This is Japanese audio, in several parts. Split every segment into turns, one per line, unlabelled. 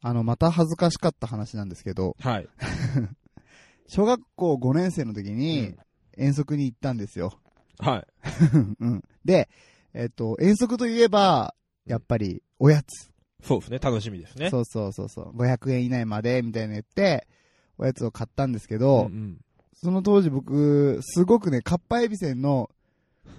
あの、また恥ずかしかった話なんですけど、
はい。
小学校5年生の時に遠足に行ったんですよ。
はい。
うん。で、えっと、遠足といえば、やっぱり、おやつ。
そうですね。楽しみですね。
そうそうそうそう。500円以内まで、みたいな言って、おやつを買ったんですけ
う
ど、
ん
その当時僕、すごくね、かっぱえびせんの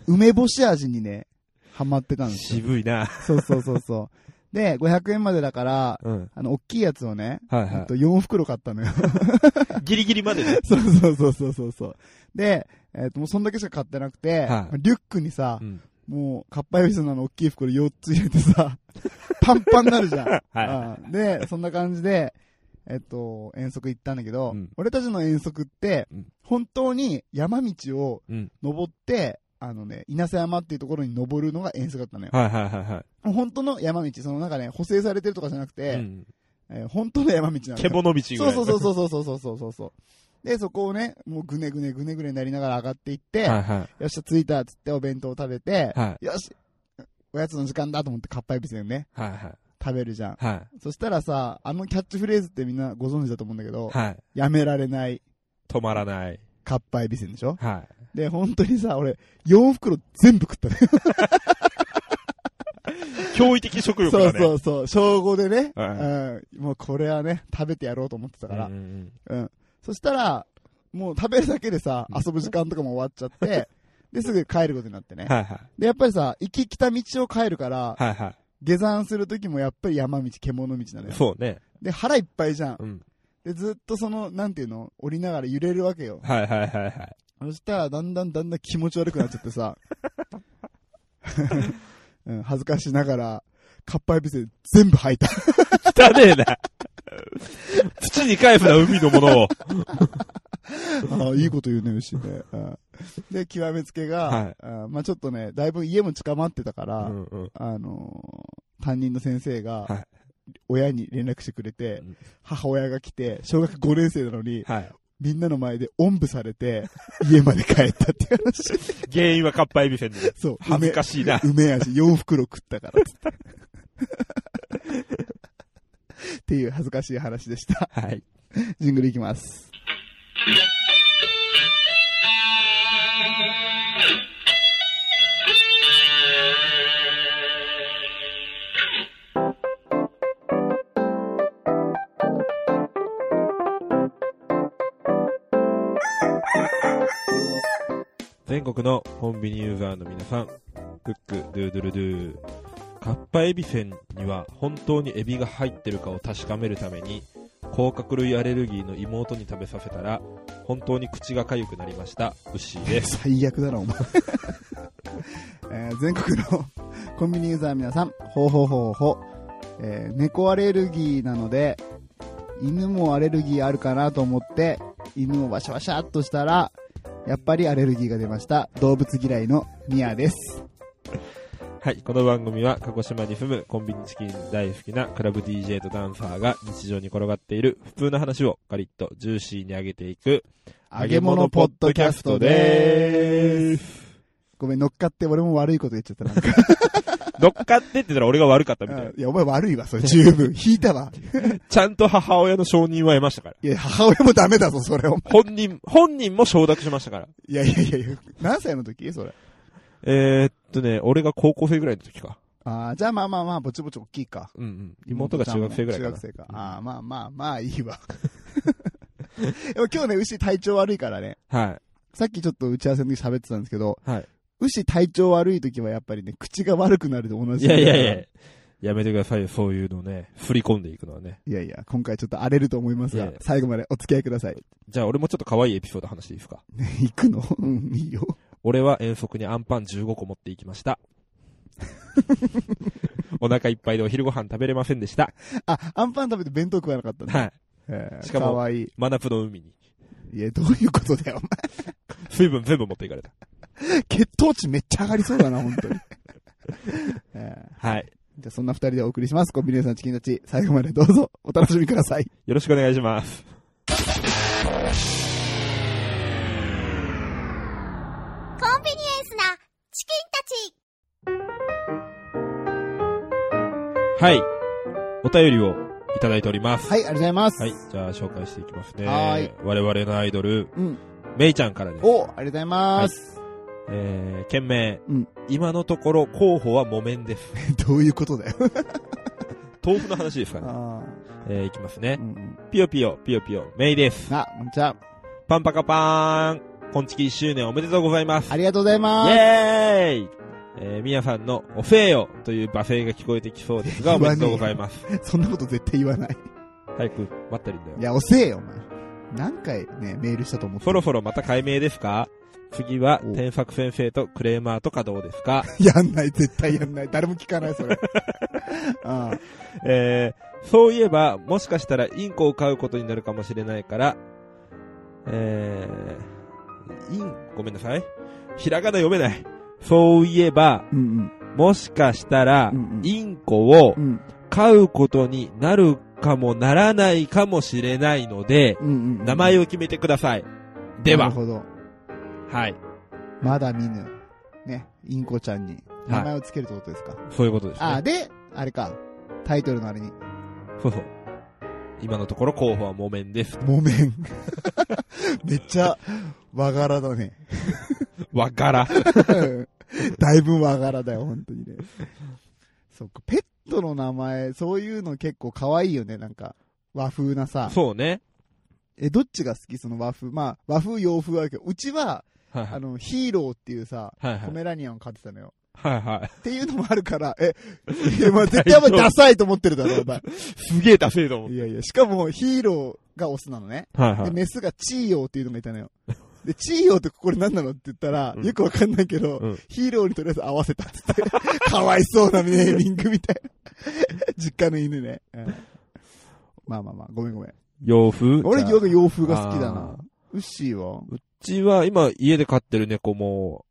梅干し味にね、ハマってたん
うん。
ですよ。
渋いな。
そうそうそうそう。で、500円までだから、
うん。
あの、大きいやつをね、
はい
えっ
は
と、4袋買ったのよ。
い。ギリギリまでね。
そうそうそうそうそうそう。で、えっと、もうそんだけしか買ってなくて、
はい
リュックにさ
う、ん。
もう、かっぱえびせんのあの、大きい袋4つ入れてさ、 パンパンになるじゃん。
は
うんで、そんな感じで、えっと、遠足行ったんだけど、
うん
俺たちの遠足って、
うん
本当に山道を
い。うん。
登って、あのね、稲佐山っていうところに登るのが遠足だったのよ。
はいはいはいはい。
本当の山道、そのなんかね、補正されてるとかじゃなくて、
うん
えー本当の山道なのよ。
獣道ぐらい
そうそう
う。
そうそうそうそうそうそうそう。で、そこをね、もうぐねぐねぐねぐねなりながら上がっていって、
はいは
よっしゃ、着いたっつってお弁当を食べて、
い。はい
よし、おやつの時間だと思ってかっぱえびせんね、
はいはい。
食べるじゃん。
は
そしたらさ、あのキャッチフレーズってみんなご存知だと思うんだけど、
い。はい。
やめられない、
止まらない。
かっぱえびせんでしょ
は
で、本当にさ、俺、4袋全部食ったね。
い。驚異的食欲
そう
だね。。
そううそう、小5でね、
は
うん、もうこれはね、食べてやろうと思ってた
だか。
からら、
う
うんん
うん
そしたら、もう食べるだけでさ
う、ん
遊ぶ時間とかも終わっちゃ って、で、すぐ帰ることになってね。
はいはい。
で、やっぱりさ、行き来た道を帰るから、
はいは
下山する時もやっぱり山道、獣道なの
い。
よ。
そうね。
で、腹いっぱいじゃん。
うん。
で、ずっとその、なんていうの降りながら揺れるわけよ。
はいはいはいはい。
そしたら、だんだんだんだん気持ち悪くなっちゃって さ、うん、恥ずかしながら、かっぱえびせん全部吐いた。
汚ねえな。 土に返すな、海のものを。
ああ、いいこと言うね、牛ね。うんで、極めつけが、
はい
あまあちょっとね、だいぶ家も近まってたから、
うんうん。
あのー担任の先生が、
はい
親に連絡してくれて、
うん
母親が来て、小学5年生なのに、
はい。
みんなの前でおんぶされて、家まで帰ったっていう話。
原因はカッパエビせんで。
そう、
恥ずかしいな。
梅味4袋食った からっつって。っていう恥ずかしい話でした。
はい。
ジングルいきます。
全国のコンビニユーザーの皆さん、フック、ドゥードゥルドゥー。カッパエビせんには本当にエビが入ってるかを確かめるために、甲殻類アレルギーの妹に食べさせたら、本当に口が痒くなりました。ウッシーです。
最悪だな、お前。えー全国のコンビニユーザーの皆さん、ほうほうほうほう。えー猫アレルギーなので、犬もアレルギーあるかなと思って、犬をワシャワシャっとしたら、やっぱりアレルギーが出ました。動物嫌いのミアです。
はい、この番組は鹿児島に住むコンビニチキン大好きなクラブ DJ とダンサーが日常に転がっている普通の話をガリッとジューシーに上げていく
揚げ物ポッドキャストでーす。
す。
ごめん、乗っかって俺も悪いこと言っちゃったなん か。
乗っかってって言ったら俺が悪かったみたいな。
いや、お前悪いわ、それ十分。引いたわ。
ちゃんと母親の承認は得ましたから。
いや、母親もダメだぞ、それ。お前
本人、本人も承諾しましたから。
いやいやいやいや、何歳の時それ。
えー、っとね、俺が高校生ぐらいの時か。
ああ、じゃあまあまあまあ、ぼちぼち大きいか。
うんうん。妹が中学生ぐらい
中
かな。
学生か。ああ、まあまあまあ、いいわ。 でも今日ね、牛体調悪いからね。
は
さっきちょっと打ち合わせの時喋ってたんですけど、
い。はい。
牛体調悪い時はやっぱりね、口が悪くなるで同
い
じ。
やいやいや。。やめてくださいよ、そういうのね。振り込んでいくのはね。
いやいや、今回ちょっと荒れると思います
いや
が
いや、
最後までお付き合いください。
じゃあ俺もちょっと可愛いエピソード話していいですか。
行くのうん、いいよ。
俺は遠足にアンパン15個持っていきました。 お腹いっぱいでお昼ご飯食べれませんでした。
あ、アンパン食べて弁当食わなかったんだ。
はい。
えー
しかも
かわいい。
真夏の海に。
いや、どういうことだよ、お
水分全部持っていかれた。
前。血糖値めっちゃ上がりそうだな、本 当に。えー
はい。
じゃあ、そんな二人でお送りします。コンビニエンスのチキンたち。最後までどうぞ、お楽しみください。
よろしくお願いします。
コンビニエンスなチキンたち
はい。お便りをいただいております。
はい、ありがとうございます。
はい。じゃあ、紹介していきますね。
はーい
我々のアイドル、
うん。
メイちゃんからです。
お、ありがとうございます。
えー、件名、
うん
今のところ候補は木綿です。
どういうことだよ。
豆腐の話ですかね。
あ
えー、いきます
ー
ね
う。ん
ピヨピヨ、ピヨピヨ、メイです
うん。。あ、こんにちは。
パンパカパーン。こんちき1周年おめでとうございます。
ありがとうござい
イ
ます。
エーイえー、みやさんのおせえよという罵声が聞こえてきそうですが、お
言
め
わねえ
でとうございます。
そんなこと絶対言わない。
早く待ってるんだよ
い。や、遅えよ、お前。何回ね、メールしたと思って
そろ
ろ。
そろまた解明ですか次は
お、
天作先生とクレーマーとかどうですか
やんない、絶対やんない。誰も聞かない、そ れ。あー
えー、そういえば、もしかしたらインコを飼うことになるかもしれないから、えー、イン、ごめんなさい。ひらがな読めない。そういえば、
うんうん。
もしかしたら
うんう、ん
インコを
うん
飼うことになるかもならないかもしれないので、
うんうんうん。
名前を決めてください。で
な
は
る、ほど。
はい。
まだ見ぬ。ね、インコちゃんに名前をつけるってことですか。
そういうことです
あー、
ね。
で、あれか。タイトルのあれに。
そうそう。今のところ候補は木綿です。
木綿。めっちゃ、和柄だね。
わから。
だいぶ和柄だよ、本当にね。そっか、ペットの名前、そういうの結構可愛いよね、なんか。和風なさ。
そうね。
え、どっちが好きその和風。まあ、和風、洋風あるけど、うちは、
はいは
あ
い。
の、ヒーローっていうさ、
はいは
ポ
い。
メラニアンを飼ってたのよ。
はいはい。
っていうのもあるから、え、 いやまあ、絶対やっぱダサいと思ってるだろ、お前。
すげえダセえと思
いやいや、しかもヒーローがオスなのね。
はいは
で、
い。
メスがチーヨーっていうのがいたのよ。で、チーヨーってこれ何なのって言ったら、
うん
よくわかんないけど、
うん
ヒーローにとりあえず合わせたって言って、 かわいそうなネーミングみたいな。 実家の犬ね。うんまあまあまあ、ごめんごめん。
洋風
俺、
じゃあ
よく洋風が好きだ
あー
な。ウッシーは
うちは今家で飼ってる猫も、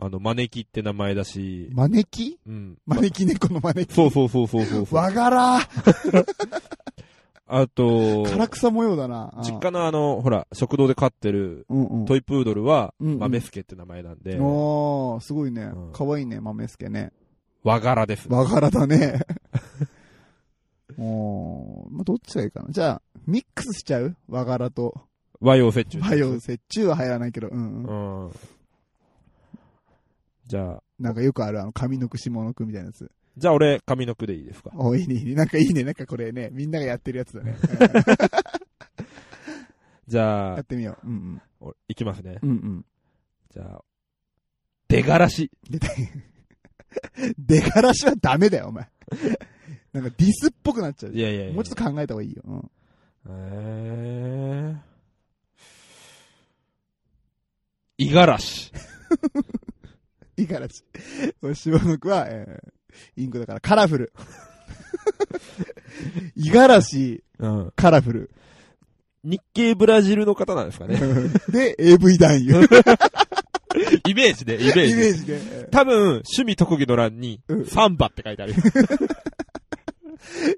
あの、招きって名前だし、
招き
うん。
招き猫の招き。
そうそうそうそうそうそう。
和柄
あと、
唐草模様だな。あー
実家のあの、ほら、食堂で飼ってる
うんうん。
トイプードルは、
うんうん
豆助って名前なんで、
おー、すごいね
うん。
かわいいね、豆助ね。
和柄です。
和柄だね。おー、まあ、どっちがいいかな。じゃあ、ミックスしちゃう和柄と。
和洋折衷。
和洋折衷は流行らないけど、うん、うん。
うん。じゃあ、
なんかよくある、あの、上の句、下の句みたいなやつ。
じゃあ俺、上の句でいいですか。
おいいね、いいね。なんかいいね。なんかこれね、みんながやってるやつだね。
じ
うん
ゃ
や
あ
っ、てみよう。うん
おいきますね。
うん。うんうん。
じゃあ、出がらし。
で、 大変出がらしはダメだよ、お前。なんかディスっぽくなっちゃう。
いやいやいや。
もうちょっと考えた方がいいよ。うん。
えー。いがらし。
いいからし。下の句は、えーインクだからカラフ ル。いがらし、
うん。
カラフル。
日系ブラジルの方なんですか ね。
で、AV 男 優。イ
イメージで、イメージ
メ
で。
ージで。えー
多分、趣味特技の欄に
う、ん
サンバって書いてある。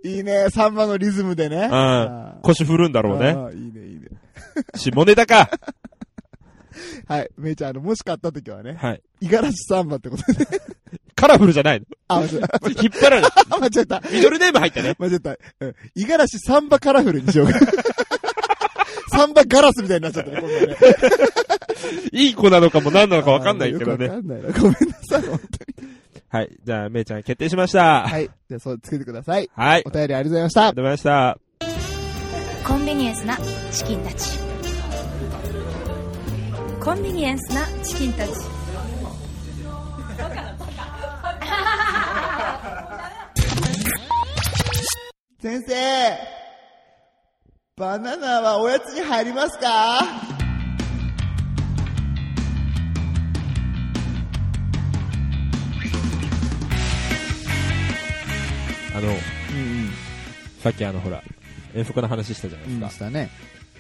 いいね、サンバのリズムでね。
うん。腰振るんだろうね。
あーいいね、いいね。
下ネタか。
はい。めいちゃん、あの、もし買った時はね、
はい。
五十嵐サンバってこと で。
カラフルじゃないの。
あ、間違えた。
引っ張らない。
あ間違えた。
ミドルネーム入ったね。
間違えた。うん五十嵐サンバカラフルにしようか。 サンバガラスみたいになっちゃったね、今度ね。
いい子なのかも何なのかわかんないけど
あーよくわか
ね。
んないな。ごめんなさい、本当に。
はい。じゃあ、めいちゃん決定しました。はい。
はい。じゃあ、そう、つけてください。
あり
お
がと
便りありがとうございました
う。ございました。
コンビニエンスなチキンたちコンビニエンスなチキンたち
先生バナナはおやつに入りますか
あの、
うん
さっきあの、ほら、遠足の話したじゃないですか。
したね。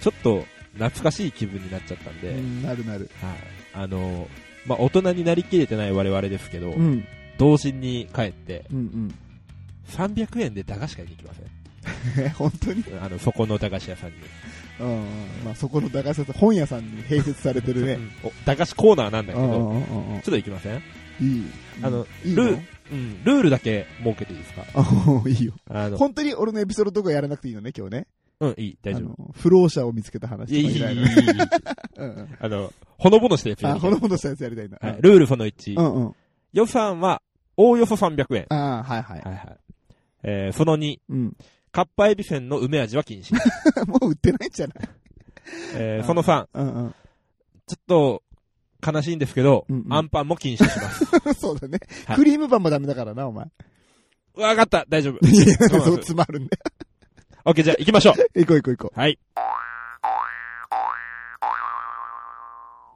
ちょっと懐かしい気分になっちゃったんで、
うんなるなる。
はい、あのまあ、大人になりきれてない我々ですけど、
ん。
童心に帰って
うんうん。
300円で駄菓子買いに行きませ
え、本当に
んあのそこの駄菓子屋さんに、
うんうん。まあ、そこの駄菓子屋さん、本屋さんに併設されてるね。
お駄菓子コーナーなんだ
う
け
んう
ど
んうんうん
ちょっと行きません
いい。
あの
いい
ルー
の
うん、ルールだけ設けていいですか
あ、もういいよ。
あの、
本当に俺のエピソードとかやらなくていいのね、今日ね。
うん、いい、大丈
あの、不老者を見つけた話
夫。いい、いい、い
と
い、いい
かやりたいのね。うんうん
あの、ほのぼのしたやつや
あ、
り
ほ
たい
のぼのしたやつやりたいな。
はい、ルールその1。
うんうん。
予算は、おおよそ300円。
ああ、はいはい
は。いはい。えー、その2、
うん。
カッパエビせんの梅味は 禁止。
もう売ってないんじゃない
えー、その3、
うんうん。
ちょっと、悲しいんですけど、
うんうん
アンパンも禁止 します。
そうだね
は。い
クリームパンもダメだからな、お前。
わかった、大丈夫。
いや、そう
そうなんです。
詰まるんだ
オッケー、じゃあ行きましょう。
よ。行こう行こう行こう。
はい。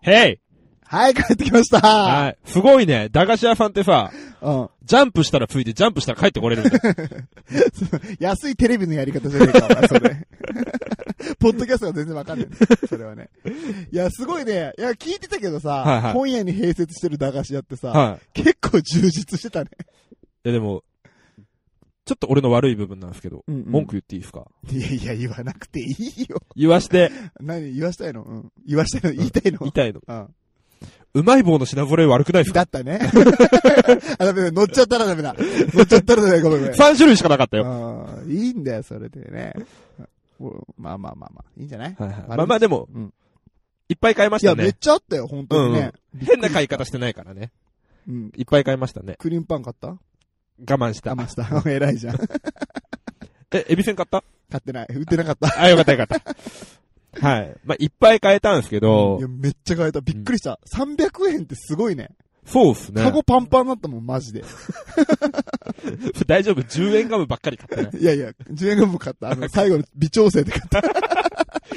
へい
はい、帰ってきました。
はい。すごいね。駄菓子屋さんってさ、
うん。
ジャンプしたらついて、ジャンプしたら帰ってこれるんだよ。
安いテレビのやり方じゃねえか、お前それ。 ポッドキャストが全然わかんない。それはね。いや、すごいね。いや、聞いてたけど
はいは
さ
い、
本屋に併設してる駄菓子屋ってさ、
はい。
結構充実してたね。
いやでも、ちょっと俺の悪い部分なんですけど、
うんうん
文句言っていいですか
いやいや、言わなくていいよ。
言 わして、
何言わしたいのうん。言わしたいの言いたいの
言いたいの。
うん。
うまい棒の品揃え悪くないですか
だったね。 あ、ダメだ、乗っちゃったらダメだ。乗っちゃったらダメだ、ごめんごめん。
?3 種類しかなかったよ。
うんいいんだよ、それでね。おまあまあまあまあ、いいんじゃない
はいはいまあまあでも
うん、
いっぱい買いまし
いや、
た
めっ
ね。
ちゃあったよ、本当にね。
変な買い方してないからね。
うん。
いっぱい買いましたね。
クリームパン買った
我慢した。
騙した。 偉いじゃん。買
え、エビせん買った
ってない。売ってなかった。
あ、よかったよ かった。はい。まあ、いっぱい買えたんですけど
いや、、めっちゃ買えた。びっくりした。300円ってすごいね。
そうっすね
カ。ゴパンパンだったもん、マジで。
大丈夫、10円ガムばっかり買って ない。
いやいや、10円分も買った。 あの、最後の微調整で買った。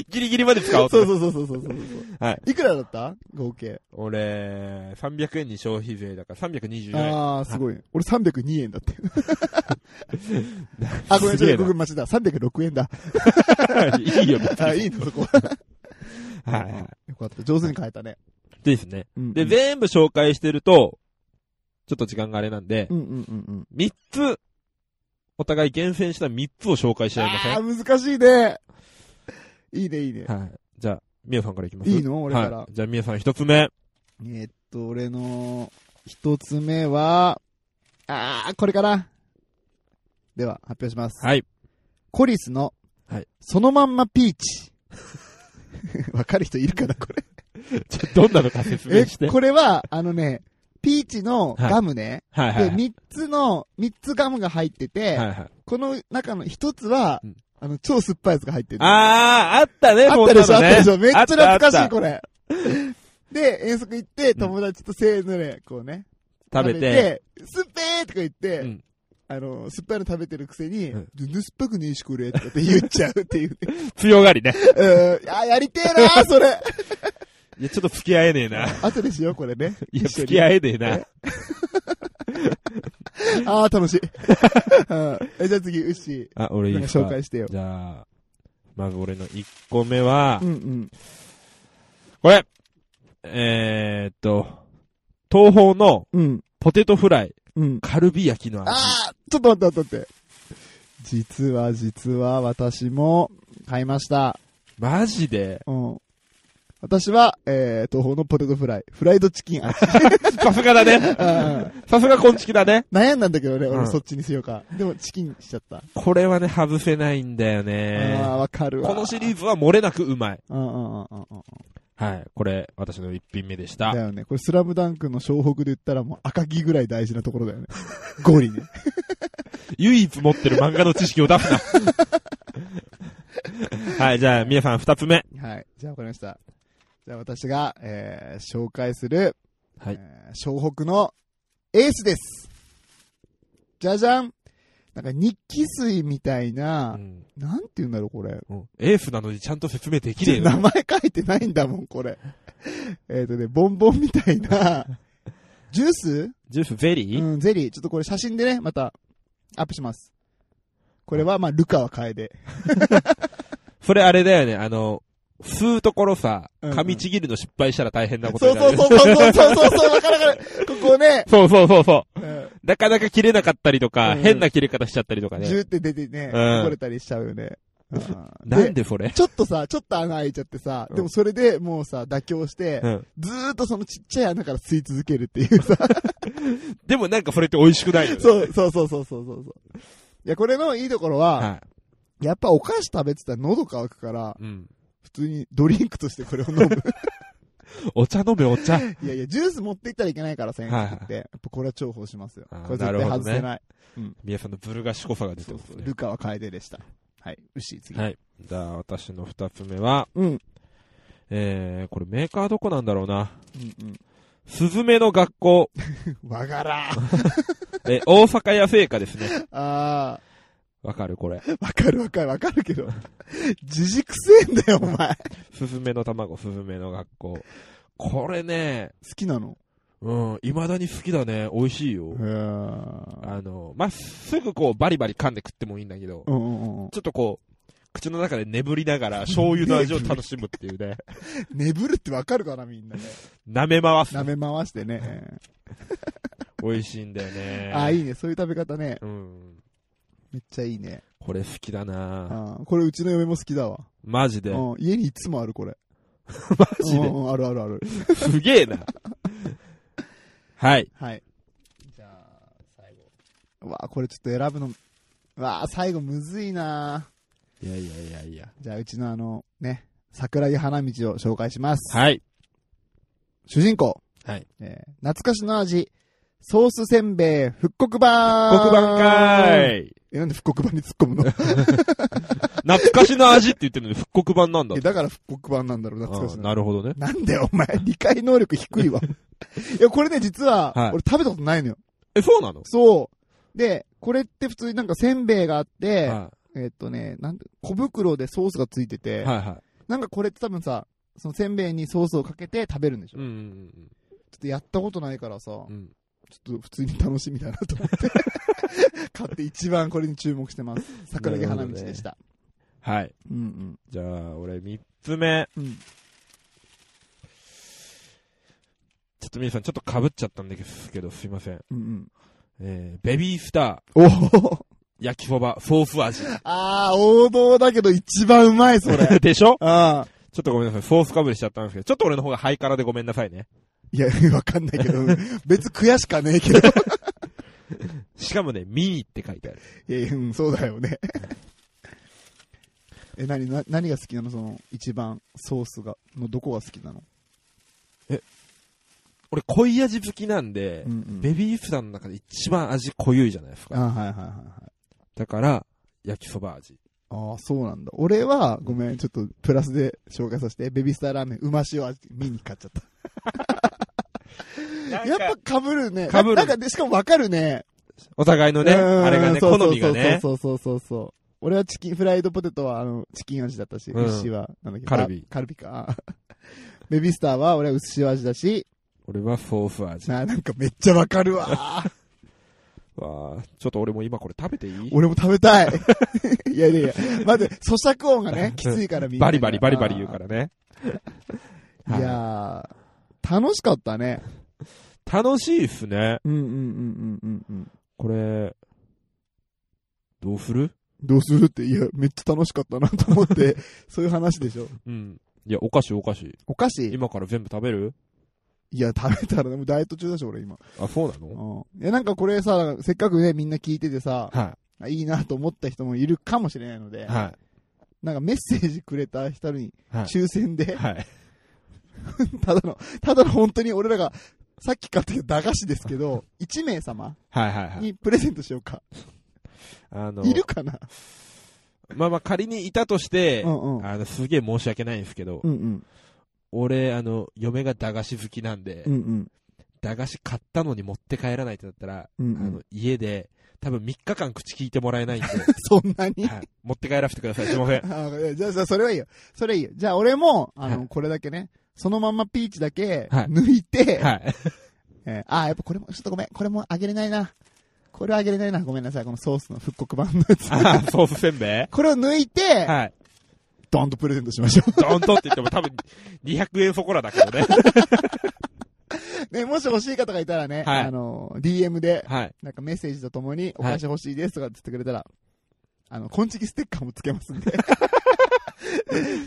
ギリギリまで使おうと
そ
思
う
って。
そうそうそうそうそう。
はい。
いくらだった合計。
俺、300円に消費税だから324円。
あー、すごい。俺302円だ って。あ、ごめん、
す
ちょ
げ
っ
え
と
な
僕間違えた。306円だ。
いいよ、別
あ、
に
いいの、 そこ。
はいは
よかった。上手に変えたね。
い。ですね。
うん
で、全部紹介してると、ちょっと時間があれなんで
う、んうんうんうん。
3つ、お互い厳選した3つを紹介しちゃいません
あー、難しいね。いいね、いいね。
はい。じゃあ、みやさんからいきます
いいの俺から
はいじゃあ、みやさん1つ目。
えーっと、俺の一つ目は、あー、これかな。では、発表します。
はい。
コリスの、
はい
そのまんまピーチ。 わかる人いるかな、これ。
じゃあどんなのか説明して。
え、
はい
これは、あのね、ピーチのガムね。
はいはい。
で、三つの、三つガムが入ってて、
はいはい。
この中の一つは、
うん
あの、超酸っぱいやつが入ってる。
あー、あったね、
あったでしょ、あ
こん
っ
なのね
たでしょ。めっちゃ懐か
あ
し
っ
い、
たあっ
こ れ。で、遠足行って、友達とせーので、こうね。
た食べて、、
酸っぱーとか言って、
うん
あの、酸っぱいの食べてるくせに、
うん
全然酸っぱくねえし、これ、とかって言っちゃうって いうね。
強がりね。
うん、あ、やりてえなー、それ。
いや、ちょっと付き合えね えな。
後でしよう、これね。
いや、
一緒
付
に
き合えねえな。
あー、楽しい。うんえじゃあ次、ウッシ
あ、俺
ー、
い
ないん
で
か
すか
紹介してよ。
じゃあ、まず俺の1個目は
うん、うん。
これえーっと、東宝の
うん。
ポテトフライ、
うん。
カルビ焼きの味。
あー、ちょっと待って待って待って。実は、実は、私も、買いました。
マジで
うん。私は、えー、東方のポテトフライ。フライドチキン味。
さすがだね。
うん
さすが昆虫だね。
悩んだんだけどね、
う
俺
ん
そっちにしようか。でもチキンしちゃった。
これはね、外せないんだよ
ああ、
ね。
わかるわ。
このシ
ーズ。
リーズは漏れなくうまい。
うんうんうんうんうん。
はい。これ、私の一品目でし
だ
た。
よね。これスラムダンクの湘北で言ったらもう赤木ぐらい大事なところだよね。ゴ リね。
唯一持ってる漫画の知識を 出すな。はい、じゃあ、皆さん二つ目。
はい。じゃあわかりました。じゃあ私が、えー、紹介する、
はい
えー湘北のエースです。じゃじゃん。なんか日記水みたいな、
うん
なんて言うんだろうこれ。
うんエースなのにちゃんと説明できねえよ
名前書いてないんだもん、これ。 えっとね、ボンボンみたい な、ジュース
ジュースゼリー、
うん、ゼリー。ちょっとこれ写真でね、また、アップします。これは、まあ、ルカは楓。
それあれだよね、あの、吸うところさ、
うんうん
噛みちぎるの失敗したら大変なこと
そう
にな
そう
る。
そうそうそうそうそう、わかるわかる。ここね、
そうそうそうそう。
うん
なかなか切れなかったりとか、
うん
変な切れ方しちゃったりとかね。
ジューって出てね、
うん
これたりしちゃうよね。うん
なん
で、
でそれ
ちょっとさ、ちょっと穴開いちゃってさ、
うん
でもそれでもうさ、妥協して、
うん。
ずーっとそのちっちゃい穴から吸い続けるって いうさ、
でもなんかそれって美味しくないよね。
そうそうそうそうそうそうそう。いや、これのいいところは、
は
やっぱお菓子食べてたら喉乾くから、
い。うん。
普通にドリンクとしてこれを飲む。
お茶飲め、お 茶。
いやいや、ジュース持っていったらいけないから、先生
は
っ
い
て。やっぱこれは重宝しますよ。
あー
これ絶対外せない。
皆さんのブルガシコさが出て
そう
ます
そう
ね。
ルカは楓でした。はい。牛、次。
はい。じゃあ、私の二つ目は、
うん。うん
えー、これメーカーどこなんだろうな。
う
スズメの学 校。
ん。わからん。
え、大阪屋製菓ですね。
あ
わかるこれ。
ー、わかるわかるわかるけど。じじくせえんだよ、お前。好
スズメの卵、スズメの学校。これね、
きなの
うん、未だに好きだね。美味しいよ
う。ん。
あの、まっすぐこう、バリバリ噛んで食ってもいいんだけど、
うんうんうん。
ちょっとこう、口の中で眠りながら醤油の味を楽しむっていう ね。
眠るってわかるかな、みんなね。
舐め回す。
舐め回して ね。
美味しいんだよね。
あー、いいね。そういう食べ方ね。
うん。
めっちゃいいね。
これ好きだな
あーこれうちの嫁も好きだわ。
マジで。
うん。家にいつもある、こ れ。
マジ
う
で。
んうん、あるあるある。
すげえ な。はい。
はい。じゃあ、最後。うわあ、これちょっと選ぶの、うわあ、最後むずいない
やいやいやいや。
じゃあ、うちのあの、ね、桜木花道を紹介します。
はい。
主人公、
はい。
えー懐かしの味、ソースせんべい、復刻版
黒板か
い
ーい。
え、なんで復刻版に突っ込むの
懐かしの味って言ってるのに 復刻版なんだ
え、。だから復刻版なんだろう、
あ
懐かし
ー
の
な
味。
るほどね。
なんだよ、お前、理解能力低 いわ。いや、これね、実は、
はい
俺食べたことないのよ。
え、そうなの
そう。で、これって普通になんかせんべいがあって、
は
えっとね、なんて小袋でソースがついてて、
いはいは
なんかこれって多分さ、そのせんべいにソースをかけて食べるんでし
い。
ょ、
うんう
ちょ
ん
っとやったことないからさ、ちょ
うんうん。
っと普通に楽しみだなと思 って。買って一番これに注目してます。桜木花道でした。
はい。
うん
じゃあ、俺三つ目。
うん。うん。
ちょっと皆さんちょっと被っちゃったんですけど、すいません。
うん
えー、ベビースタ
うん。おお
ー、焼きそば、ソース味。
あー、王道だけど一番うまい、そ れ。
でしょ
あー。
ちょっとごめんなさい。ソースかぶりしちゃったんですけど、ちょっと俺の方がハイカラでごめんなさいね。
いや、わかんないけど、別に悔しかねえけど。
しかもね、ミニって書いてある。
いやいや、うん、そうだよね。 え、何、な、何が好きなのその、一番、ソースが、のどこが好きなの
俺、濃い味好きなんで、
うんうん
ベビースターの中で一番味濃ゆいじゃないです
あ
か。
はいはいはいはい。
だから、焼きそば味。
ああ、そうなんだ。俺は、ごめん、ちょっとプラスで紹介させて、ベビースターラーメン、うま塩味、見に買っちゃった。やっぱ被るね。
被る
ななんか、で、しかもわかるね。
お互いのね、
うん
あれがね、
そう
好
そう
みがね、
そうそうそうそうそう。俺はチキン、フライドポテトは、あの、チキン味だったし、
うん
牛は、なんだっけ、
カルビ
あカルビか。 ベビースターは、俺は薄塩味だし、
俺はソース味。
ななんかめっちゃわかる わ。
わあちょっと俺も今これ食べていい
俺も食べたい。 いやいやいや、待って、咀嚼音がね、きついからみんな。
バリバリバリバリ言うから ね。
ら。いやー、楽しかったね。
楽しいっすね。
うんうんうんうんうんうん。
これ、どうする
どうするって、いや、めっちゃ楽しかったなと思 って、そういう話でしょ。
うん。いや、お菓子お菓子。
お菓子
今から全部食べる
いや、食べたら、でもダイエット中だし、俺今。
あ、そうな
う
の
ん。いや、なんかこれさ、せっかくね、みんな聞いててさ、
はい
いなと思った人もいるかもしれないので、
い。は
なんかメッセージくれた人に、
い。はい。
抽選で、
はい。
ただの、ただの本当に俺らが、さっき買ってきた駄菓子ですけど、1名様
はいはいはい。
にプレゼントしようか。
あの
い、るかな
まあまあ仮にいたとして、
うんうん。
あの、すげえ申し訳ないんですけど、
うんうん。
俺、あの、嫁が駄菓子好きなんで、
うんうん。
駄菓子買ったのに持って帰らないってなったら、
うん
あの、家で、多分3日間口聞いてもらえな いんで、
そんなに
はい、持って帰らせてください。すいませ ん。
あいやじゃあ、じゃあそれはいいよ。それいいよ。じゃあ、俺も、あ
は
の、
い
これだけね、そのまんまピーチだけ、
はい
抜いて、
はい。
えーあー、やっぱこれも、ちょっとごめん、これもあげれないな。これはあげれないな。ごめんなさい、このソースの復刻版のやつ。
あソースせんべ
これを抜い
い
て、
はい。
ドンとプレゼントしましょ
ドンとって言っても多分200円そこらだけ どね。
う。 ね、もし欲しい方がいたらね、
はい
あの、DM で、
はい。
なんかメッセージとともに、お返し欲しいですとかって言ってくれたら、あの、昆虫ステッカーもつけますん で。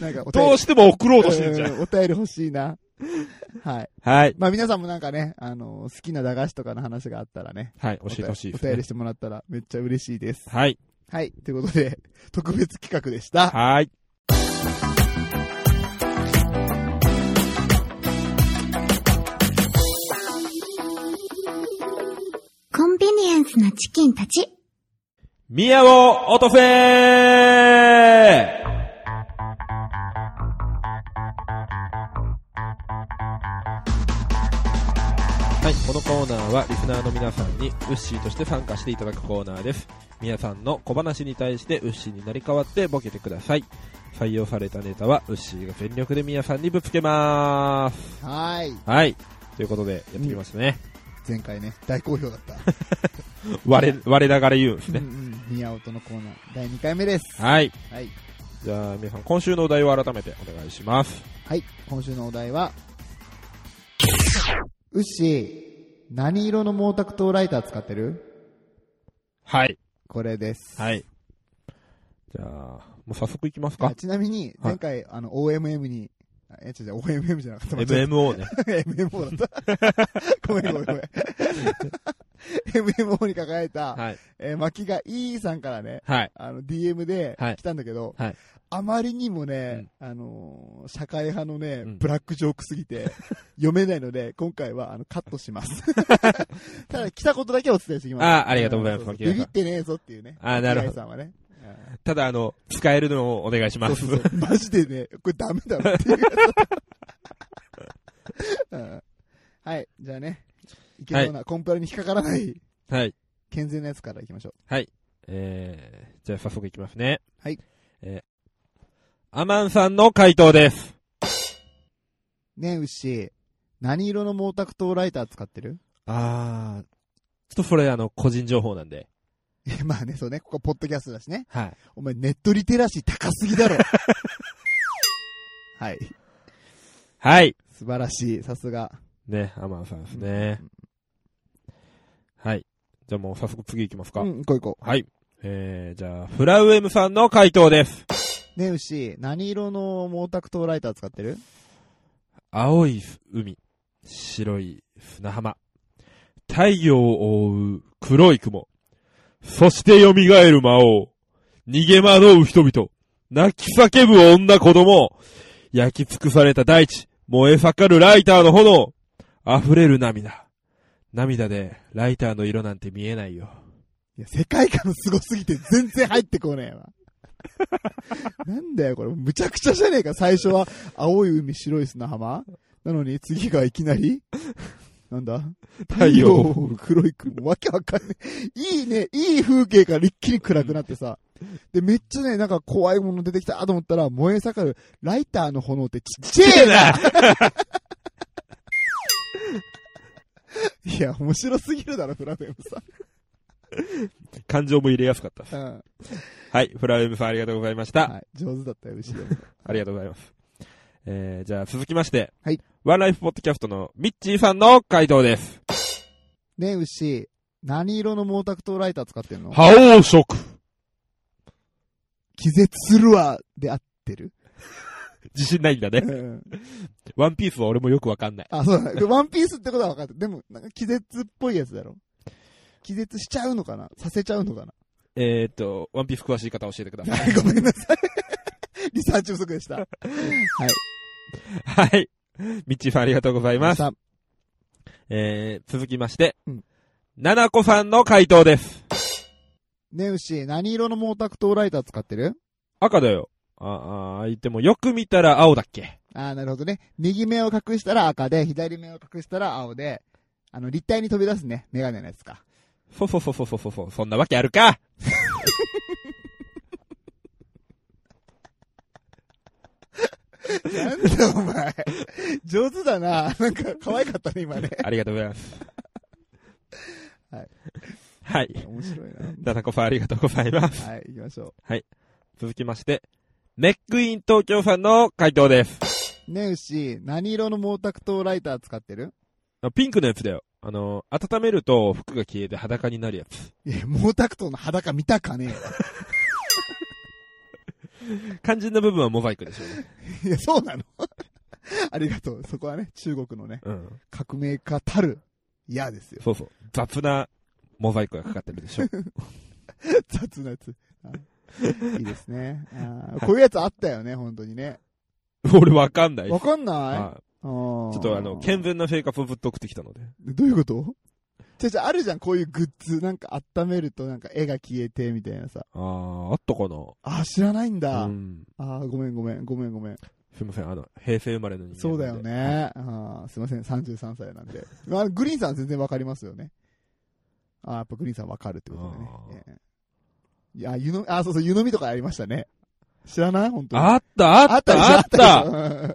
なんかお便
どう
り、
しても送ろうとしてるじゃん。
うんお便り欲しいな。はい。
はい。
まあ皆さんもなんかね、あの、好きな駄菓子とかの話があったらね、
はい、教えてほしい
お
です、
便り
ね
し。てもらったらめっちゃ嬉しいです。
はい。
はい。ということで、特別企画でした。
はい。
コンビニエンスなチキンたち。
宮を落とせーはい、このコーナーはリスナーの皆さんにウッシーとして参加していただくコーナーです。皆さんの小話に対してウッシーになり代わってボケてください。採用されたネタはウッシーが全力で皆さんにぶつけまーす。
はい。
はい。ということで、やってきましたね。
前回ね、大好評だ った。
我、我ながら言うんです
うんう
ね。
ん。ニアオトのコーナー、第2回目です。
はい。
はい。
じゃあ皆さん、今週のお題を改めてお願いします。
はい。今週のお題は、ウッシー、何色の毛沢東ライター使ってる
はい。
これです。
はい。じゃあ、もう早速いきます
あ
か。
ちなみに、前回、あの、OMM に、あえ、違う違う、OMM じゃなかった。間違えた
MMO ね。
MMO だった。ごめんごめんごめん。MMO に輝いた、
はい。
えー、巻きが E さんからね、
はい。
あの、DM で
はい
来たんだけど、
はい
あまりにもね、あのー社会派のね、
うん
ブラックジョークすぎて、 読めないので、今回はあのカットします。ただ、来たことだけお伝えしてきます。
あーありがとうございます
ん
巻きが
ビビってねえぞっていうね。
あーなる
巻
ほど
きがさんはね。うん
ただ、あの、使えるのをお願いしま
そう
す
そ。うそう。マジでね、これダメだろっていうやつだ った。うんはい、じゃあね、いけそうな、コンプラに引っかからない、
はい。
健全なやつからいきましょう。
えー、じゃあ早速いきますね。
はい。
えーアマンさんの回答です。
ねえ、牛、何色の毛沢東ライター使ってる
あー、ちょっとそれ、あの、個人情報なんで。
いや まあね、そうね、ここポッドキャストだしね。
はい。
お前ネットリテラシー高すぎだ ろ。はい。
はい。
素晴らしい、さすが。
ね、アマンさんですね。はい。じゃあもう早速次いきますか。
うん、こういこ
はい。えー、じゃあ、フラウエムさんの回答です。
う。ねえ、牛、何色の毛沢東ライター使ってる
青い海、白い砂浜、太陽を覆う黒い雲、そして蘇る魔王、逃げ惑う人々、泣き叫ぶ女子供、焼き尽くされた大地、燃え盛るライターの炎、溢れる涙。涙でライターの色なんて見えないよ。
いや、世界観すごすぎて全然入ってこね えわ。なんだよ、これ。むちゃくちゃじゃねえか。最初は、青い海、白い砂浜なのに、次がいきなり、なんだ
太陽を
を黒い雲。わけわかんねえ。いいね、いい風景から一気に暗くなってさ。で、めっちゃね、なんか怖いもの出てきたと思ったら、燃え盛るライターの炎ってちっちゃいないや、面白すぎるだろ、フラフェムさん。
感情も入れやすかったです。
うん
はい、フラウエムさんありがとうございました。
はい、上手だったよ、牛でも。
ありがとうございます。えー、じゃあ続きまして、
はい。
ワンライフポッドキャストのミッチーさんの回答です。
ねえ、牛、何色の毛沢東ライター使ってんの
覇王色。
気絶するわ、で合ってる
自信ないんだね。
うん
ワンピースは俺もよくわかんない。
あ、そうだね。でワンピースってことは分かってる。でも、なんか気絶っぽいやつだろ。気絶しちゃうのかなさせちゃうの かな
えー、っと、ワンピース詳しい方教えてください。
ごめんなさい。リサーチ不足でした。はい。
はい。ミッチーさんありがとうございます。
さあ
えー、続きまして
うん、
ナナコさんの回答です。
ねえ、牛、何色の毛沢東ライター使ってる
赤だよ。あ、あ、相手もよく見たら青だっけ
ああ、なるほどね。右目を隠したら赤で、左目を隠したら青で、あの、立体に飛び出すね。メガネのやつか。
そうそうそうそうそうそう、そんなわけある か
なんだお前。上手だな。なんか、可愛かったね、今ね。
ありがとうございます。
はい。
はい。
面白い な。
ナナコさんありがとうございます。
はい、行きましょ
続きまして、メックイン東京さんの回答です。
う。ねえ、牛、何色の毛沢東ライター使ってる
あピンクのやつだよ。あの、温めると服が消えて裸になるやつ。
いや、毛沢東の裸見たかねえわ
肝心な部分はモザイクでしょうね。
いや、そうなの ありがとう。そこはね、中国のね、
うん。
革命家たる、嫌ですよ。
そうそう。雑なモザイクがかかってるでしょ。
雑なやつ。はいいいですね。あーこういうやつあったよね、本当にね。
俺わかんないです
わかんない、
は
ち
い
ょ
ちょっとあの、健全な生活をずっと送ってきたので。
どういうことじゃじゃあるじゃん、こういうグッズ。なんか温めるとなんか絵が消えてみたいなさ。
あー、あったか
あー、知らないんだ。
なうん。
あー、ごめんごめん、ごめんごめん。
すみません、あの、平成生まれの人間
そうだよ
なんで。
ね。あーすいません、33歳なんで。まあ、グリーンさん全然わかりますよね。あーやっぱグリーンさんわかるってことだね
あー。
ええいや、湯飲み、あ、そうそう、湯飲みとかありましたね。知らない本当に。
あった、あった、あっ
でしょ
た
あっ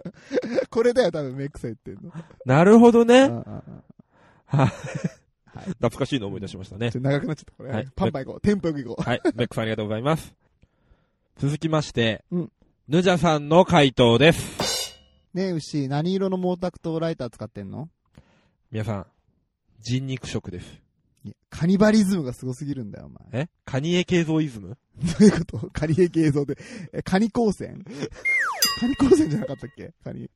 たでしょ これだよ、多分メイクさん言ってん の。
なるほどね。
うんうんうん
はい
はい。
懐かしいの思い出しましたね
ちょっと。長くなっちゃった、これ。
はい
パンパン行こう。テンポよく行こ
はい、ベックさんありがとうございます。続きまして、
うん
ヌジャさんの回答です。
う。ねえ、牛、何色の毛沢東ライター使ってんの
皆さん、人肉食です。
いやカニバリズムがすごすぎるんだよ、お前。
えカニエ形像イズム
どういうことカニエ系像で。え、カニ光線カニ光線じゃなかったっけカニ。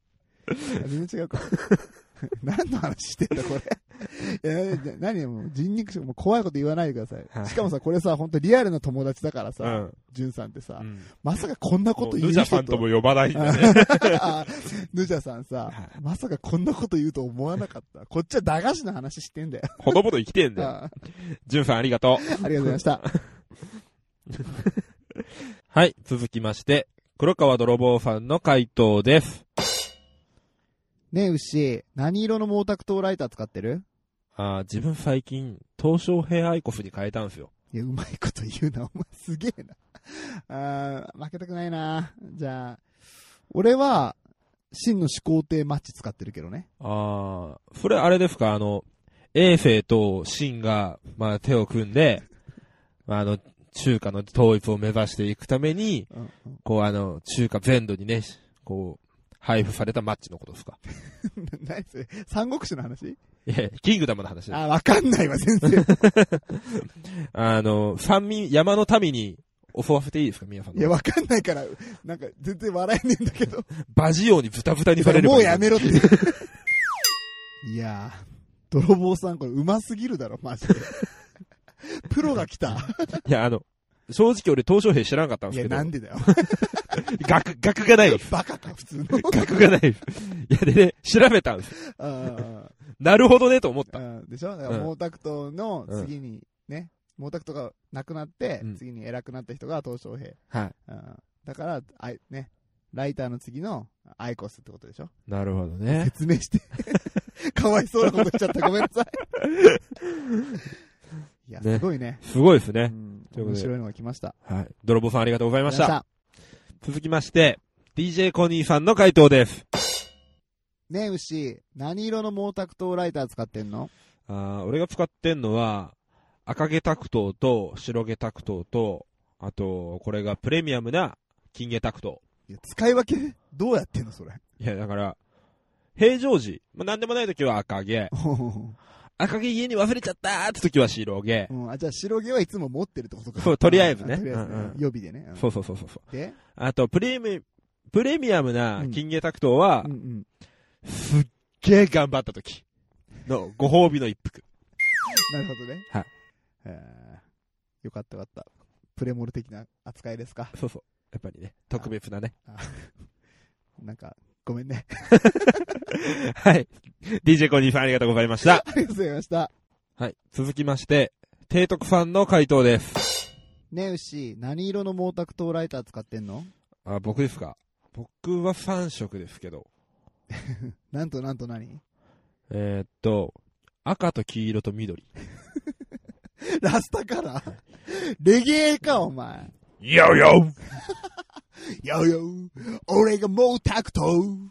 あ全然違うか。 何の話してんだ、これ。 いや、な何もう人肉食、もう怖いこと言わないでくださ
はい
い。しかもさ、これさ、本当リアルな友達だから
う
さ、
ん。
ジュンさんってさ
う、ん
まさかこんなこと言
ヌ
う
ジ
人
ャさんとも呼ばないんだね。
あヌジャさんさ
は、
まさかこんなこと言うと思わなかった。こっちは駄菓子の話してんだよ。
ほのぼの生きてんだよ。
あ
ジュンさんありがとう。
ありがとうございました。
はい、続きまして、黒川泥棒さんの回答です。
ねえ、牛、何色の毛沢東ライター使ってる
あー自分最近、東証平アイコスに変えたんすよ。
いや、うまいこと言うな、お前すげえな。あー負けたくないな。じゃあ、俺は、真の始皇帝マッチ使ってるけどね。
ああ、それあれですか、あの、衛星と秦が、まあ、手を組んで、まあ、あの、中華の統一を目指していくために、
うんうん
こう、あの、中華全土にね、こう、配布されたマッチのことですか。
な何それ三国志の話
いや、キングダムの話です。
あー、
あ
わかんないわ、先生。
の、山民、山の民に襲わせていいですか、皆さん。
いや、わかんないから、なんか、全然笑えねえんだけど。
バジオにブタブタにされる。
もうやめろって。 いやー、泥棒さん、これ、うますぎるだろ、マ ジで。プロが来た。
いや、あの、正直俺、東小平知らなかったん
い
です
や、
けど
な、んでだよ。
学、学がないです。
バカか、普 通の。
学がないです。いや、でね、調べたんです。
あー
なるほどね、と思った。
うんでしょだから毛沢東の次にね、毛沢東が亡くなって、
うん
次に偉くなった人が鄧小平。
はい。
うんだから、あいね、ライターの次のアイコスってこと でしょ
なるほどね。
説明 して。かわいそうなこと言っちゃった。ごめんなさ い。いや、
ね
すごいね。
すごいです
う
ね。
ん
ということで
面白いのが来ました。
はい。泥棒さんありがとうございました。
ありがとう
続きまして、DJ コニーさんの回答です。
ございました。ねえ、牛、何色の毛沢東ライター使ってんの
あー俺が使ってんのは、赤毛タクトーと白毛タクトーと、あと、これがプレミアムな金毛タクト
いや使い分け、どうやってんのそれ。
ー。いや、だから、平常時、まあ、なんでもない時は赤毛、赤毛家に忘れちゃったーって時は白毛。
うん、あじゃあ白毛はいつも持ってるってことか。
そう とりあえずね
あとりあえずね
うんうん
予備でね。うん
そうそうそうそう。
で、
あと、プレミ、プレミアムな金毛タクトーは
うん、うん。
すっげー頑張った時のご褒美の一服。
なるほどね。
はい
えー。よかったよかった。プレモル的な扱いですか。
そうそう。やっぱりね、特別なね。
なんか、ごめんね。
はい。DJ コニーさんありがとうござい ました。
ありがとうございました。
はい。続きまして、提督さんの回答です。
ねえ、牛、何色の毛沢東ライター使ってんの
あ、僕ですか僕は3色ですけど。
なんとなんと何
えー、っと、赤と黄色と緑。
ラスタカラーレゲエか、お前。
よよ
よよ、俺が毛沢東。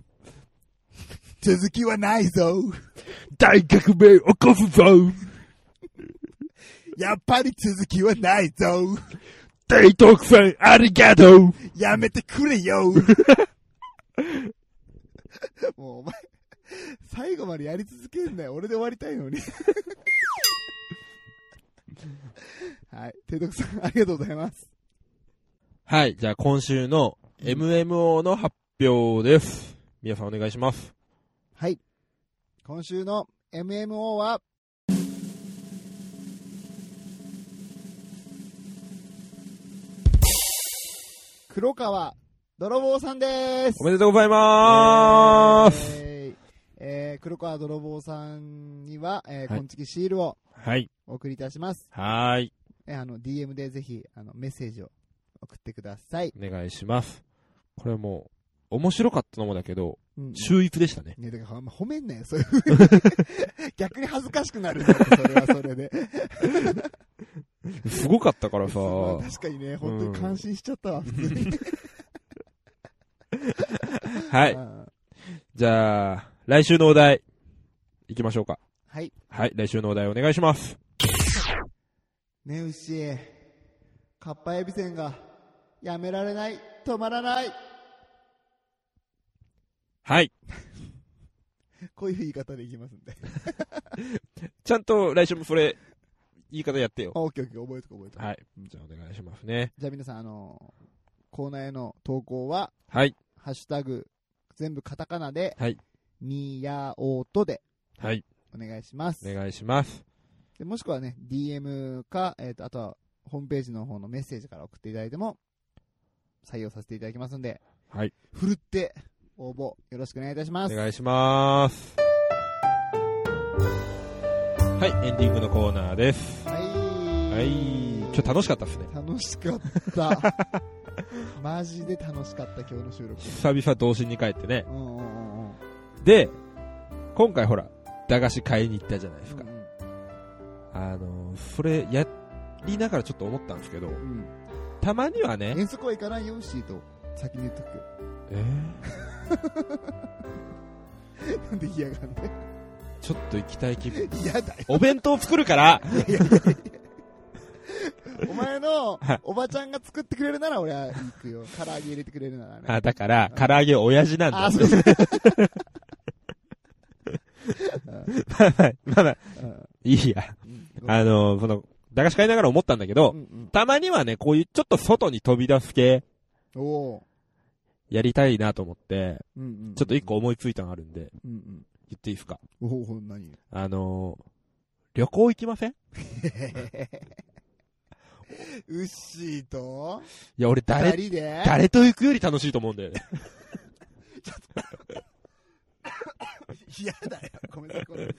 続きはないぞ。
大革命起こすぞ
やっぱり続きはないぞ。
提督さんありがとう
やめてくれよ もうお前、最後までやり続けんなよ。俺で終わりたい のに。はい。提督さん、ありがとうございます。
はい、じゃあ今週の MMO の発表です。皆さんお願いします。
はい。今週の MMO は、黒川泥棒さんです。
おめでとうございまーす。
えーえー黒川泥棒さんには、えー、こ
はい
んちきシールを
はい。
お送りいたします。
はーい。
えーあの、DM でぜひ、あの、メッセージを送ってください。
お願いします。これもう、面白かったのもだけど、
うん
秀逸でしたね。
ね、だからあんま褒めんなよ、そういうふうに。 逆に恥ずかしくなるんだってそれはそれで。
すごかったからさ、
まあ確かにね、本当に感心しちゃったわ、普通に。
はい。
うん
じゃあ、来週のお題、行きましょうか。
はい。
はい、来週のお題お願いします。
ねえ、牛、かっぱえびせんが、やめられない、止まらない。
はい。
こういう言い方でいきますんで。
ちゃんと来週もそれ、言い方やってよ
あ。オッケーオッケー、覚えとこ覚えとこ。
はい。じゃあお願いしますね。
じゃあ皆さん、あのーコーナーへの投稿は、
はい。
ハッシュタグ、全部カタカナで、
はい。
にやおとで
はい。
お願いします。
お願いします。
でもしくはね、DM か、えー、とあとはホームページの方のメッセージから送っていただいても、採用させていただきますんで、
はい。
ふるって応募よろしくお願いいたしま
お
す。
願いします。はい、エンディングのコーナーです。
はい。
はい。今日楽しかったですね。
楽しかった。 マジで楽しかった、今日の収録。
久々童心に帰ってね。
うんうんうんうん。
で、今回ほら、駄菓子買いに行ったじゃないですか
う。ん
あのー、それやりながらちょっと思ったんですけど、
うん
たまには
うん
ね、
遠足は行かないよ、シート。先に言っとく。
えー
なんで嫌がんね。
ちょっと行きたい気分。
嫌だよ。
お弁当作るから、
お前の
はい
おばちゃんが作ってくれるなら俺は行くよ。唐揚げ入れてくれるならね。
あだから、唐揚げ親父なんだ。
あ、そうそう。
まあまあ、まあまあ、
うん
いいや。あのー、その、駄菓子買いながら思ったんだけ
う
ど
ん、うん
たまにはね、こういうちょっと外に飛び出す系、
おお
やりたいなと思って、
ー。うんうん
ちょっと一個。思いついたのあるんで、
うんうん。
言っていいですか
おお、何
あのー、旅行行きませんいう
っしーと
や、俺
二
誰、
人で
誰と行くより楽しいと思うんだよね。
嫌だよ。ごめんなさいごめんな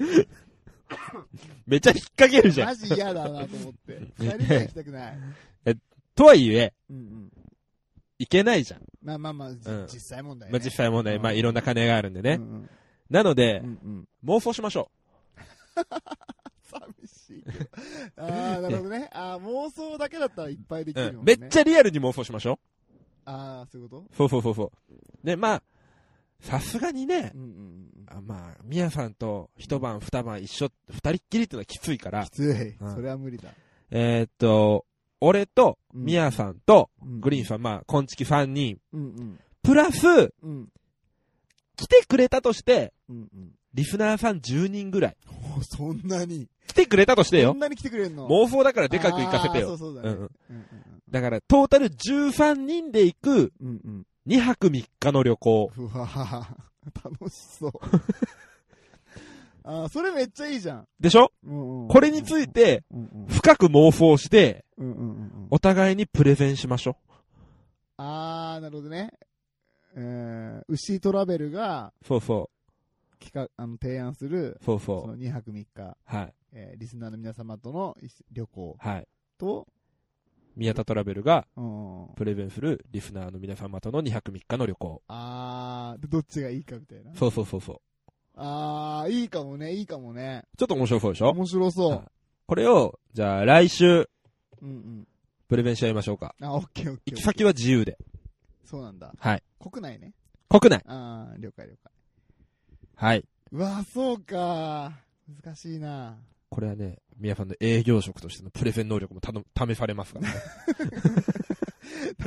めっちゃ引っ掛けるじ
さい。
ゃん
マ。ジ嫌だなと思って。二人では行きたくない。
とはいえ、
うんうん。
行けないじゃん。
まあまあまあ、じ
うん
実際問題ね。
まあ、実際問題、
うん
まあ、いろんな金があるんでね。
うんうん。
なので
う、んうん。
妄想しましょ
寂しいけど。ああ、なるほどね。ああ、妄想だけだったらいっぱいでき
う。う
る
ん
もん
め
ね。
っちゃリアルに妄想しましょ
ああ、そういうこ
う。そうそうそうそう。で、まあ、さすがにね
と、うんうんうん。
あまあ、みやさんと一晩二晩一緒、二人っきりっていうのはきついから
き、つい。
うん
それは無理だ。
えーっと、俺と、
うん
みやさんと、グ
グ
リーンさん、まあ、こんちき三人、
ん。うんうん。
プラス、
うん
来てくれたとして、
うんうん。
リスナーさん10人ぐらい。
おそんなに。
来てくれたとして
そ
よ
ん。なに来てくれんの
妄想だからでかく行かせ
あ
て
ー
よ。
そうそうだね。
うんうん
うんうん
だから、トータル13人で行く、
うんうん
2泊3日の旅行。
うわぁ、楽しそう。あーそれめっちゃいいじゃん。
でしょ
うんうん
これについ、て、
うんうん
深く妄想して、
うんうんうんうん
お互いにプレゼンしましょ
あー、なるほどね。えー、牛トラベルが
う。そうそ
企画あの提案する
う。そう
そ
そう。
の2泊3日、
はい。
えーリスナーの皆様との一旅行
はい。
と、
宮田トラベルが
うん、
プレゼンするリスナーの皆様との2泊3日の旅行。
あーでどっちがいいかみたいな。
そうそうそうそう。
あー、いいかもね、いいかもね。
ちょっと面白そうでしょ
面白そ
はこれを、じゃあ来週、
う。うん
プレゼンし合いましょうか。
うん。あ、オッケーオッケー。
行き先は自由で。
そうなんだ。
はい。
国内ね。
国内。
あー、了解了解。
はい。
うわそうか難しいな
これはね、宮さんの営業職としてのプレゼン能力もたの試されますからね。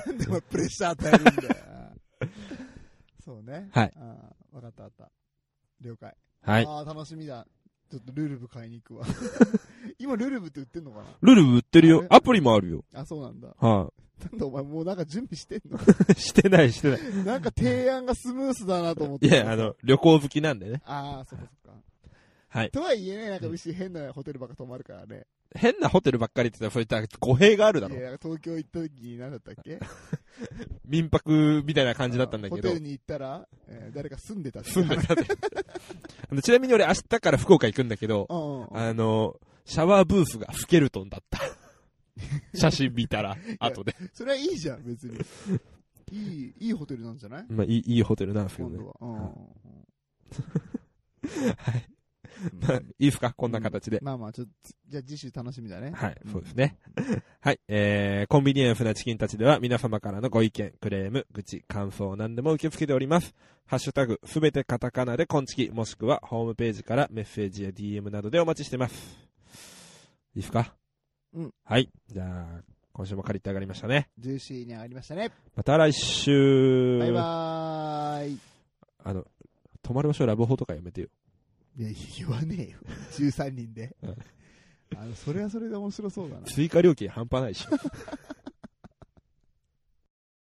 なんでもプレッシャー 与えるんだよ そうね
はい
あーわかったわかった了解、
はい。
ああ楽しみだちょっとルルブ買いに行くわ 今ルルブって売ってんのか
ルル売ってるよ。アプリもあるよ。
なあそうなんだ
は
なんだお前もうなんか準備してんの
してない、してない。
なんか提案がスムースだなと思って。
いや、あの、旅行好きなんでね。
ああ、そっかそっか。
はい。
とはいえね、なんか牛変なホテルばっか泊まるからね。
変なホテルばっかりって言ったら、そういった語弊があるだろ
い。や、なんか東京行った時に何だったっけ
民泊みたいな感じだったんだけ
ホ
ど
テル。に行ったら、えー誰か住んでたっていう
住んでたって。 あのちなみに俺明日から福岡行くんだけど、
うんうん
あの、シャワーブースがスケルトンだった。 写真見たら、後で。
それはいいじゃん、別に。いい、いいホテルなんじゃない
まあ、いい、いいホテルなんですけど
今
ね
度。は。 うんうん
はい。
うん
まあ、いいですかこんな形で。
まあまあ、ちょっと、じゃあ次週楽しみだね。
はい、そうですね。はい、えー、コンビニエンスなチキンたちでは皆様からのご意見、クレーム、愚痴、感想、何でも受け付けております。ハッシュタグ、すべてカタカナでコンチキ、もしくはホームページからメッセージや DM などでお待ちしてます。いいですか
うん。
はい、じゃあ、今週も借りて上がりましたね。
ジューシーに上がりましたね。
また来週
バイバーイ。
あの、泊まる場所ラブホとかやめてよ。
いや、言わねえよ。13人で
うん。
あの、それはそれで面白そうだな。
追加料金半端ないし。